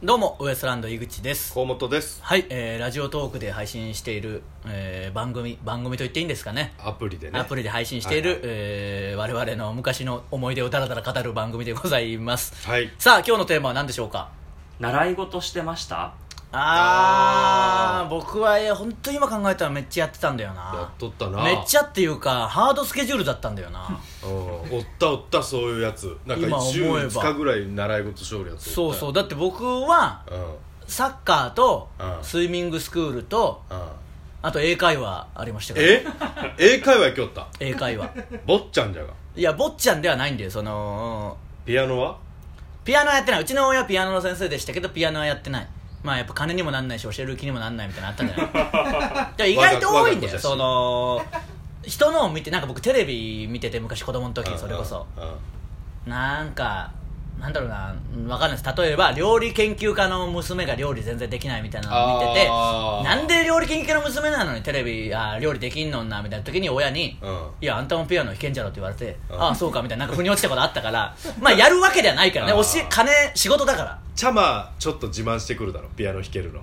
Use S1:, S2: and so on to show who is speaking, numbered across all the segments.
S1: どうもウエストランド井口です
S2: 河本です
S1: はい、えーラジオトークで配信している、えー番組番組と言っていいんですかね
S2: アプリでね
S1: アプリで配信している、
S2: はいはい
S1: えー我々の昔の思い出をだらだら語る番組でございます
S2: はい
S1: さあ今日のテーマは何でしょうか
S3: 習い事してました
S1: あー
S2: あー
S1: 僕はえー本当に今考えたらめっちゃやってたんだよ
S2: や
S1: な
S2: っとったな
S1: めっちゃっていうかハードスケジュールだったんだよな
S2: うんおったおったそういうやつなん
S1: 今
S2: か
S1: 思
S2: 週
S1: えば
S2: 5日ぐらい習い事しょるやつ
S1: そうそううだって僕は
S2: うんうん
S1: サッカーと
S2: うん
S1: スイミングスクールとあと英会話ありましたから
S2: え英会話行きよった
S1: 英会話
S2: 坊っちゃんじゃが
S1: いや坊っちゃんではないんだよその
S2: ピアノは
S1: ピアノはやってないうちの親はピアノの先生でしたけどピアノはやってないまあやっぱ金にもなんないし教える気にもなんないみたいなのあったんじゃ ないでも意外と多いんだよ
S2: 我が子写真
S1: その人のを見てなんか僕テレビ見てて昔子供の時
S2: うん
S1: それこそ
S2: うんうん
S1: なんかなんだろうな分かんないです例えば料理研究家の娘が料理全然できないみたいなのを見てて
S2: あー
S1: なんで料理研究家の娘なのにテレビあー料理できんのんなみたいな時に親に
S2: うん
S1: いやあんたもピアノ弾けんじゃろって言われて、
S2: うん
S1: ああそうかみたいななんか腑に落ちたことあったから まあやるわけではないからね
S2: あー
S1: おし金仕事だから弾
S2: チャマちょっと自慢してくるだろピアノ弾けるの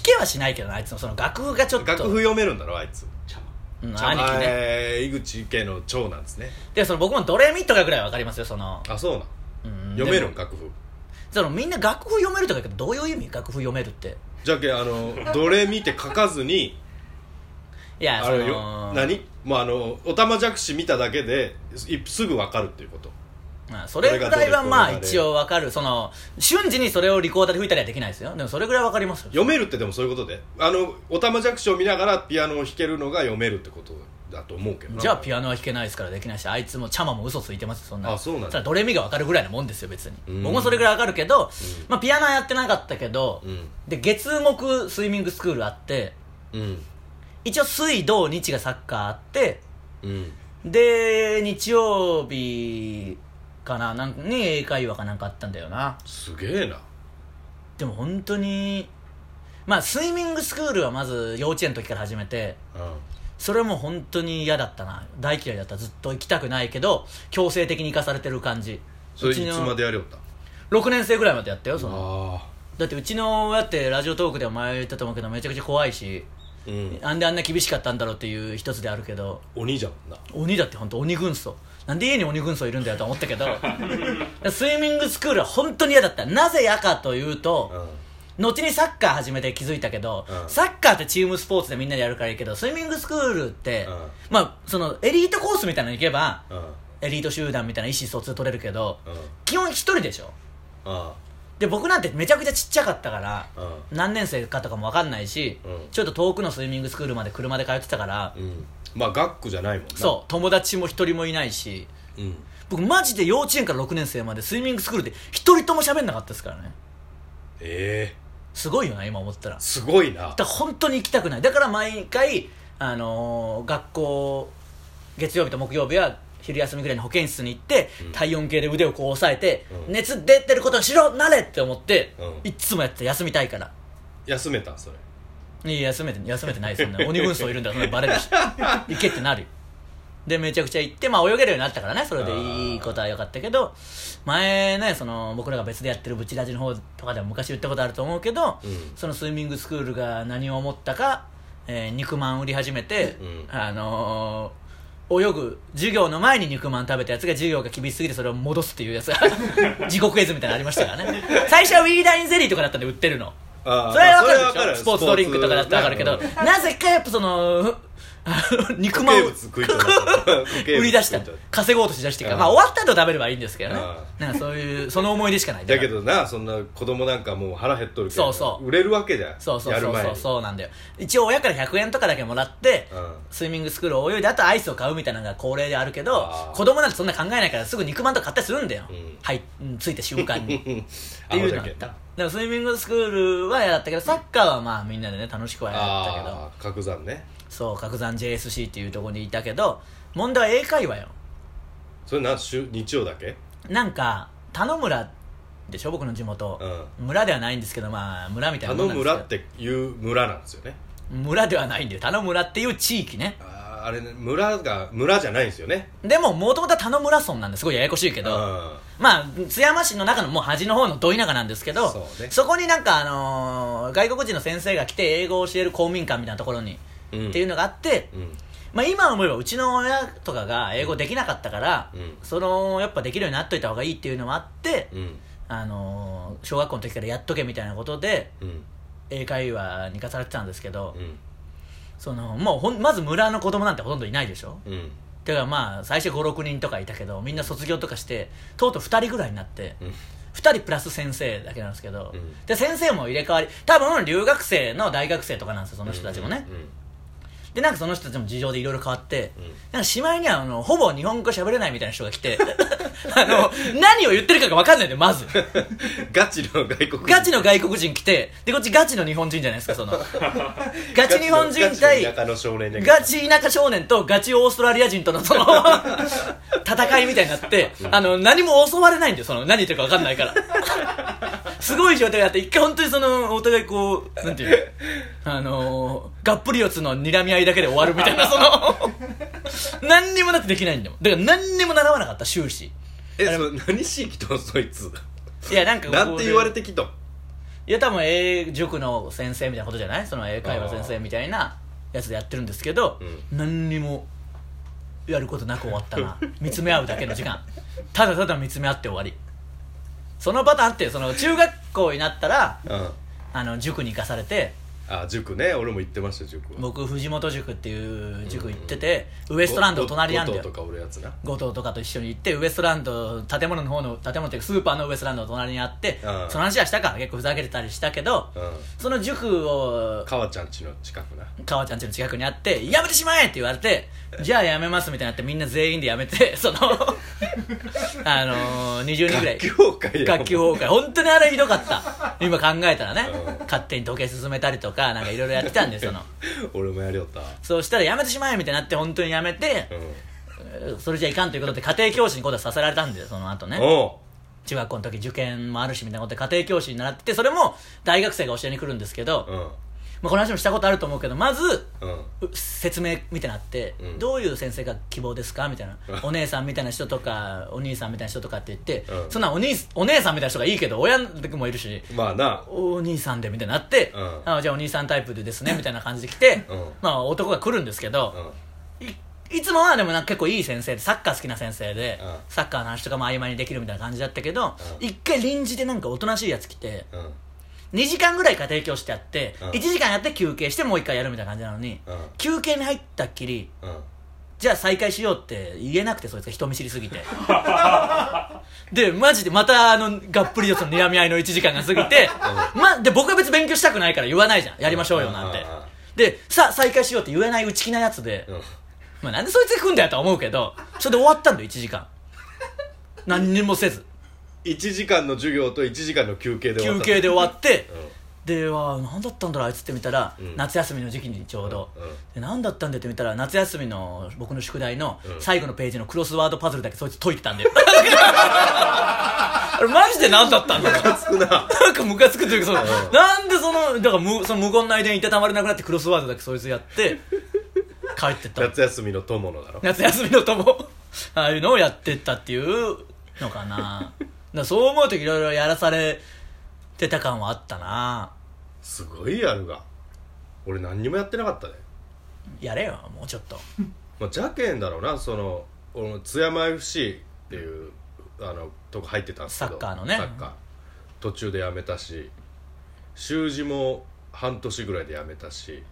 S1: けはしないけどなあいつのその楽譜がちょっと
S2: 楽譜読めるんだろあいつ
S3: ちゃ
S1: うん、
S2: チャ
S1: 兄
S2: マ
S1: 貴ね
S2: えー井口家の長男ですね
S1: でその僕もドレミとかぐらいは分かりますよその、
S2: あそうなん
S1: うん
S2: 読め
S1: で
S2: るん
S1: も
S2: 楽譜
S1: そのみんな楽譜読めるとか言うけどどういう意味楽譜読めるって
S2: じゃけあのどれ見て書かずに
S1: いや
S2: あ
S1: その
S2: れよ何もうあのおたまじゃくし見ただけでいすぐ分かるっていうこと
S1: まあ、それぐらいは
S2: これがどれ
S1: まあ
S2: これがね
S1: 一応分かるその瞬時にそれをリコーダーで吹いたりはできないですよでもそれぐらい分かりますよ
S2: 読めるってでもそういうことであのおたまじゃくしを見ながらピアノを弾けるのが読めるってことだと思うけどな
S1: じゃあピアノは弾けないですからできないしあいつもチャマも嘘ついてますよそんな
S2: あそうなんだ
S1: ただドレミが分かるぐらいのもんですよ別に
S2: うん
S1: 僕もそれぐらい分かるけど、まあ、ピアノはやってなかったけど、
S2: うん
S1: で月木スイミングスクールあって
S2: うん
S1: 一応水土日がサッカーあって
S2: うん
S1: で日曜日かななんかに英会話かなんかあったんだよな
S2: すげえな
S1: でも本当にまあスイミングスクールはまず幼稚園の時から始めて
S2: う
S1: それも本当に嫌だったな大嫌いだったずっと行きたくないけど強制的に行かされてる感じ
S2: んそれいう
S1: ち
S2: つ
S1: の
S2: までやりよった
S1: 6年生ぐらいまでやったよその
S2: あ
S1: だってうちの親ってラジオトークでも前言ったと思うけどめちゃくちゃ怖いし
S2: あうん
S1: なんであんな厳しかったんだろうっていう一つであるけど
S2: 鬼じゃんな
S1: 鬼だって本当鬼軍曹なんで家に鬼軍曹いるんだよと思ったけ どだからスイミングスクールは本当に嫌だったなぜ嫌かというと、後にサッカー始めて気づいたけど、
S2: うん
S1: サッカーってチームスポーツでみんなでやるからいいけどスイミングスクールって、
S2: うん
S1: まあそのエリートコースみたいなのに行けば、
S2: うんうん
S1: エリート集団みたいな意思疎通取れるけど、
S2: うん
S1: 基本一人でしょ
S2: あ
S1: で僕なんてめちゃくちゃちっちゃかったから、
S2: あうん
S1: 何年生かとかも分かんないし、
S2: うん
S1: ちょっと遠くのスイミングスクールまで車で通ってたから、
S2: うんまあ学区じゃないもんな
S1: そう友達も一人もいないし
S2: ううん
S1: 僕マジで幼稚園から6年生までスイミングスクールで一人とも喋んなかったですからね
S2: ええ
S1: すごいよな今思ったら
S2: すごいな
S1: だから本当に行きたくないだから毎回、あのー学校月曜日と木曜日は昼休みぐらいに保健室に行って、体温計で腕をこう押さえて、
S2: うん
S1: 熱出てることにしろなれって思って、
S2: うん
S1: いつもやってた休みたいから
S2: 休めたそれ
S1: いや休めて休めてないそんな鬼軍曹いるんだからそんなバレ るし行けってなるよでめちゃくちゃ行ってまあ泳げるようになったからねそれでいいことは良かったけど前ねその僕らが別でやってるブチラジの方とかでも昔言ったことあると思うけど、
S2: うん
S1: そのスイミングスクールが何を思ったか、えー肉まん売り始めて、
S2: うん
S1: あのー泳ぐ授業の前に肉まん食べたやつが授業が厳しすぎてそれを戻すっていうやつ が地獄絵図みたいなのありましたからね最初はウィーダインゼリーとかだったんで売ってるの
S2: あー
S1: それはわ
S2: まあそ
S1: か
S2: れはわか
S1: るで
S2: る
S1: しょスポーツドリンクとかだったらわかるけど
S2: スポー
S1: なぜかやっぱその ふあの肉まん
S2: 固
S1: を
S2: 形物食い止まった固形物
S1: 売り出した
S2: 食い止まっ
S1: 稼ごうとしだしてから
S2: うん
S1: まあ終わった後食べればいいんですけどね
S2: う
S1: なんかそういうその思い出しかない
S2: だけどなそんな子供なんかもう腹減っとるけど
S1: そうそう
S2: 売れるわけじゃん
S1: そうそう
S2: や
S1: そ
S2: る
S1: う
S2: 前
S1: そう
S2: に
S1: そうなんだよ一応親から100円とかだけもらって、
S2: うん
S1: スイミングスクールを泳いであとアイスを買うみたいなのが恒例であるけど
S2: あー
S1: 子供なんてそんな考えないからすぐ肉まんとか買ったりするんだよ、
S2: うん
S1: はいうんついた瞬間 にっ
S2: あ
S1: ていうのがあっただからスイミングスクールは嫌だったけどサッカーはまあみんなでね楽しくはやったけど
S2: ああ角山ね
S1: そう角山 JSC っていうところにいたけど問題は英会話よ
S2: それな週日曜だけ
S1: なんか田野村でしょ僕の地元、村ではないんですけどまあ村みたい
S2: あ
S1: なもん
S2: の
S1: なんですけど
S2: 村っていう村なんですよね
S1: 村ではないんだよ田野村っていう地域ね
S2: ああれね村が村じゃないんですよね
S1: でももともとは田野村村なんですごいややこしいけど、
S2: うん
S1: まあ津山市の中のもう端の方のど田舎なんですけど
S2: そうね
S1: こになんか、あのー外国人の先生が来て英語を教える公民館みたいなところに、
S2: うん
S1: っていうのがあって、
S2: うん
S1: まあ、今思えばうちの親とかが英語できなかったから、
S2: うん
S1: そのやっぱできるようになっといた方がいいっていうのもあって、
S2: うん
S1: あのー小学校の時からやっとけみたいなことで
S2: うん
S1: 英会話に行かされてたんですけど、
S2: うん
S1: そのもうほんまず村の子供なんてほとんどいないでしょ
S2: うん
S1: てかまあ最初56人とかいたけどみんな卒業とかしてとうとう2人ぐらいになって、
S2: うん
S1: 2人プラス先生だけなんですけど、
S2: うん
S1: で先生も入れ替わり多分留学生の大学生とかなんですよその人たちもね、でなんかその人たちも事情でいろいろ変わって、
S2: うん
S1: なんかしまいにはあのほぼ日本語喋れないみたいな人が来て あの何を言ってるかが分かんないんでまず
S2: ガチの外国人
S1: ガチの外国人来てでこっちガチの日本人じゃないです かそのガチ日本人対
S2: ガチの田舎の少年だけど
S1: ガチ田舎少年とガチオーストラリア人とのその戦いみたいになってあの何も教われないんだよその何言ってるか分かんないからすごい状態になって一回本当にそのお互いこうなんていうのあのー、がっぷり四つの睨み合いだけで終わるみたいなその何にもなってできないんだもんだから何にも習わなかった終始
S2: えそれ何しに来たんそいつ
S1: いやなんかここで
S2: なんて言われてきたん
S1: いや多分英塾の先生みたいなことじゃないその英会話先生みたいなやつでやってるんですけど、
S2: う
S1: 何にもやることなく終わったな見つめ合うだけの時間ただただ見つめ合って終わりそのパターンってその中学校になったら
S2: うん
S1: あの塾に行かされて
S2: あ塾ね俺も行ってました塾は
S1: 僕藤本塾っていう塾行ってて、ウエストランドの隣なんだ
S2: 後藤
S1: よ
S2: とか俺やつな
S1: 後藤とかと一緒に行ってウエストランド建物の方の建物っていうかスーパーのウエストランドの隣にあって、
S2: うん
S1: その話はしたから結構ふざけてたりしたけど、
S2: うん
S1: その塾を
S2: 川ちゃんちの近くな
S1: 川ちゃんちの近くにあって「やめてしまえ!」って言われて「じゃあやめます」みたいになってみんな全員でやめて そのあのー、20人ぐらい
S2: 学級崩壊や
S1: 学級崩壊本当にあれひどかった今考えたらね
S2: うん
S1: 勝手に時計進めたりとかなんかいろいろやってたんでその
S2: 俺もやりよった
S1: そうしたら「やめてしまえ!」みたいになって本当にやめて
S2: う、ん
S1: それじゃいかんということで家庭教師に今度はさせられたんでその後ね
S2: お
S1: 中学校の時受験もあるしみたいなことで家庭教師に習っててそれも大学生が教えに来るんですけど、
S2: ううん
S1: まあ、この話もしたことあると思うけどまず
S2: うん
S1: 説明みたいなのあって、
S2: うん
S1: どういう先生が希望ですかみたいなお姉さんみたいな人とかお兄さんみたいな人とかって言って、
S2: うん
S1: そんなお兄お姉さんみたいな人がいいけど親もいるし
S2: まあな
S1: お兄さんでみたいになって、
S2: うん
S1: あじゃあお兄さんタイプでですねみたいな感じで来て、
S2: うん
S1: まあ、男が来るんですけど、
S2: う
S1: いいつもはでもなんか結構いい先生でサッカー好きな先生で、
S2: うん
S1: サッカーの話とかも曖昧にできるみたいな感じだったけど、一回臨時でなんかおとなしいやつ来て
S2: んうん
S1: 2時間ぐらい家庭教師ってやって、
S2: うん
S1: 1時間やって休憩してもう一回やるみたいな感じなのに。
S2: うん
S1: 休憩に入ったっきり
S2: うん
S1: じゃあ再開しようって言えなくてそいつが人見知りすぎて でマジでまたあのがっぷり四つの睨み合いの1時間が過ぎて、ま、で僕は別に勉強したくないから言わないじゃんやりましょうよなんて、
S2: うんうんうんうん
S1: でさあ再開しようって言えない内気なやつで、
S2: うん
S1: まあ、なんでそいつが来んだよとは思うけどそれで終わったんだよ1時間何にもせず
S2: 1時間の授業と1時間の休憩で終わ
S1: 休
S2: った
S1: 憩で終わって、
S2: うん
S1: では何だったんだろうあいつって見たら、
S2: ん
S1: 夏休みの時期にちょうど、
S2: うんうん
S1: で何だったんだよって見たら夏休みの僕の宿題の
S2: うん
S1: 最後のページのクロスワードパズルだけそいつ解いてた んだよあれマジで何だったんだろう
S2: 少な
S1: なんかムカつくというかその、なんでそのだから無その無言の間にいたたまれなくなってクロスワードだけそいつや って帰ってった
S2: 夏休みの友のだろ
S1: 夏休みの友ああいうのをやってったっていうのかなだからそう思うといろいろやらされてた感はあったな
S2: すごいやるが俺何にもやってなかったね
S1: やれよもうちょっと
S2: まあ邪険だろうなその俺も津山 FC っていうあのとこ入ってたんですけど
S1: サッカーのね
S2: サッカー途中でやめたし習字も半年ぐらいでやめたし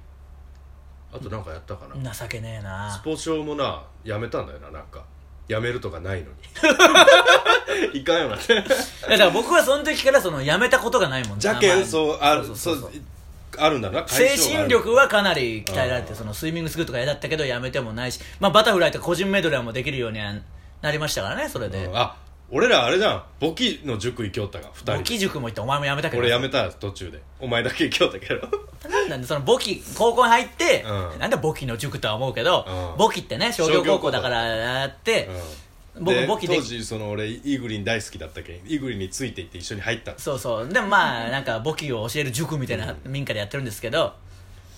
S2: あとなんかやったかな、
S1: 情けねえ
S2: ス
S1: な
S2: ポ少もなやめたんだよななんかやめるとかないの にいかんよな
S1: いやだから僕はその時からそのやめたことがないもん
S2: 邪険
S1: まあ
S2: そうある
S1: そう
S2: そ
S1: そううそう
S2: あるんだな
S1: 精神力はかなり鍛えられ
S2: う
S1: て
S2: ん
S1: そのスイミングスクールとか嫌だったけどやめてもないし、まあ、バタフライとか個人メドレーもできるようにはなりましたからねそれ
S2: 解消
S1: で
S2: はあるうんあ俺らあれじゃん簿記の塾行きよったが
S1: 簿
S2: 2人
S1: 記塾も行ってお前もやめたけど
S2: 俺やめた途中でお前だけ行きよったけど
S1: なんでその簿記高校に入って、
S2: うん
S1: なんで簿記の塾とは思うけど、
S2: うん
S1: 簿記ってね商業高校だからやって、
S2: うん
S1: 僕
S2: で
S1: 簿記で
S2: 当時その俺イーグリン大好きだったけんイーグリンについていって一緒に入ったんです
S1: そうそうでもまあなんか簿記を教える塾みたいな民家でやってるんですけど、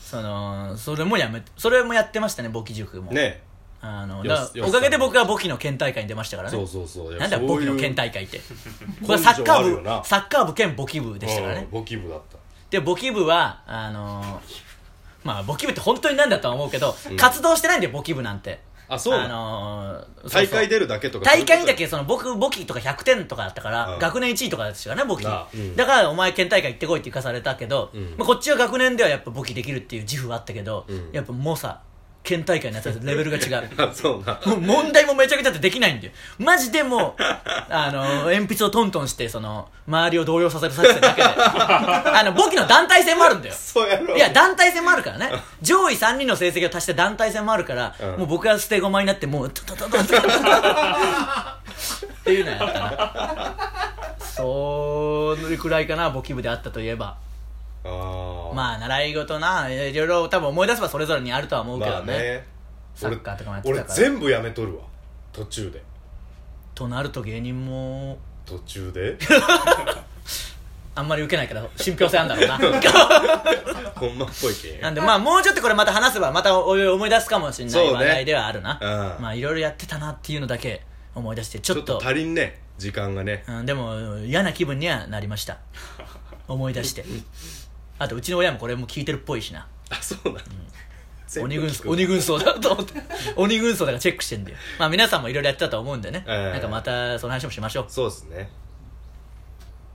S1: そのそれもやめそれもやってましたね簿記塾も、
S2: ね
S1: あの
S2: よ
S1: だ
S2: し
S1: から
S2: よし
S1: おかげで僕は簿記の県大会に出ましたから
S2: そ
S1: ね
S2: うそうそう
S1: なんだ
S2: ボ
S1: 簿
S2: キ
S1: 記の県
S2: 体
S1: 大会ってこれはサッカ
S2: ある
S1: ー
S2: よな
S1: 部サッカー部兼簿記部でしたからね
S2: ボキ部だった
S1: で簿記部はあのーまあ簿記部って本当になんだとは思うけど、活動してないんだよ簿記部なんて
S2: あそう
S1: あのーそう
S2: 大
S1: そう
S2: 会出るだけとか
S1: 大会にだけ
S2: そういうこ
S1: その僕簿記とか100点とかだったから、
S2: うん
S1: 学年1位とかでしたからね簿記
S2: なあうん
S1: だからお前県大会行ってこいって行かされたけど、
S2: ん
S1: まあ、こっちは学年ではやっぱ簿記できるっていう自負はあったけど、
S2: ん
S1: やっぱ猛者県大会のやつはレベルが違う
S2: とあ そうな
S1: もう 問題もめちゃくちゃってできないんだよマジで もうあの鉛筆をトントンしてその周りを動揺させる作戦だけであの簿記の団体戦もあるんだよ
S2: そうやろ
S1: いや、団体戦もあるからね。上位3人の成績を足して団体戦もあるから、
S2: うん
S1: もう僕は捨て駒になって、もう、トトトトトトトっていうのやったな。それくらいかな、簿記部であったといえば。
S2: ああ
S1: まあ、習い事な、いろいろ多分思い出せばそれぞれにあるとは思うけ
S2: ま
S1: ど
S2: あ
S1: ね。
S2: ね
S1: サッカーとかもやって
S2: 俺
S1: たから。
S2: 全部やめとるわ途中で
S1: となると芸人も、
S2: 途 中で
S1: あんまり受けないから、信憑性あんだ ろうな。
S2: ほんまっぽいけん
S1: なんで、まあ、もうちょっとこれまた話せば、またおいおい思い出すかもしれな
S2: そう
S1: い
S2: ね
S1: 話題ではあるな。
S2: うん
S1: まあ、いろいろやってたなっていうのだけ思い出して、ち
S2: ち
S1: ょ
S2: ょ
S1: っ
S2: っと
S1: と、
S2: 足りんね時間がね
S1: うん、でも、嫌な気分にはなりました。思い出して。あと、うちの親もこれも聞いてるっぽいしな。
S2: あそうなん全部
S1: 鬼軍
S2: 聞
S1: 曹、
S2: く
S1: 鬼軍曹だと思って、鬼軍曹だからチェックしてんだよ。まあ、皆さんもいろいろやってたと思うんでね。
S2: ええ
S1: なんかまた、その話もしましょう。
S2: そうですね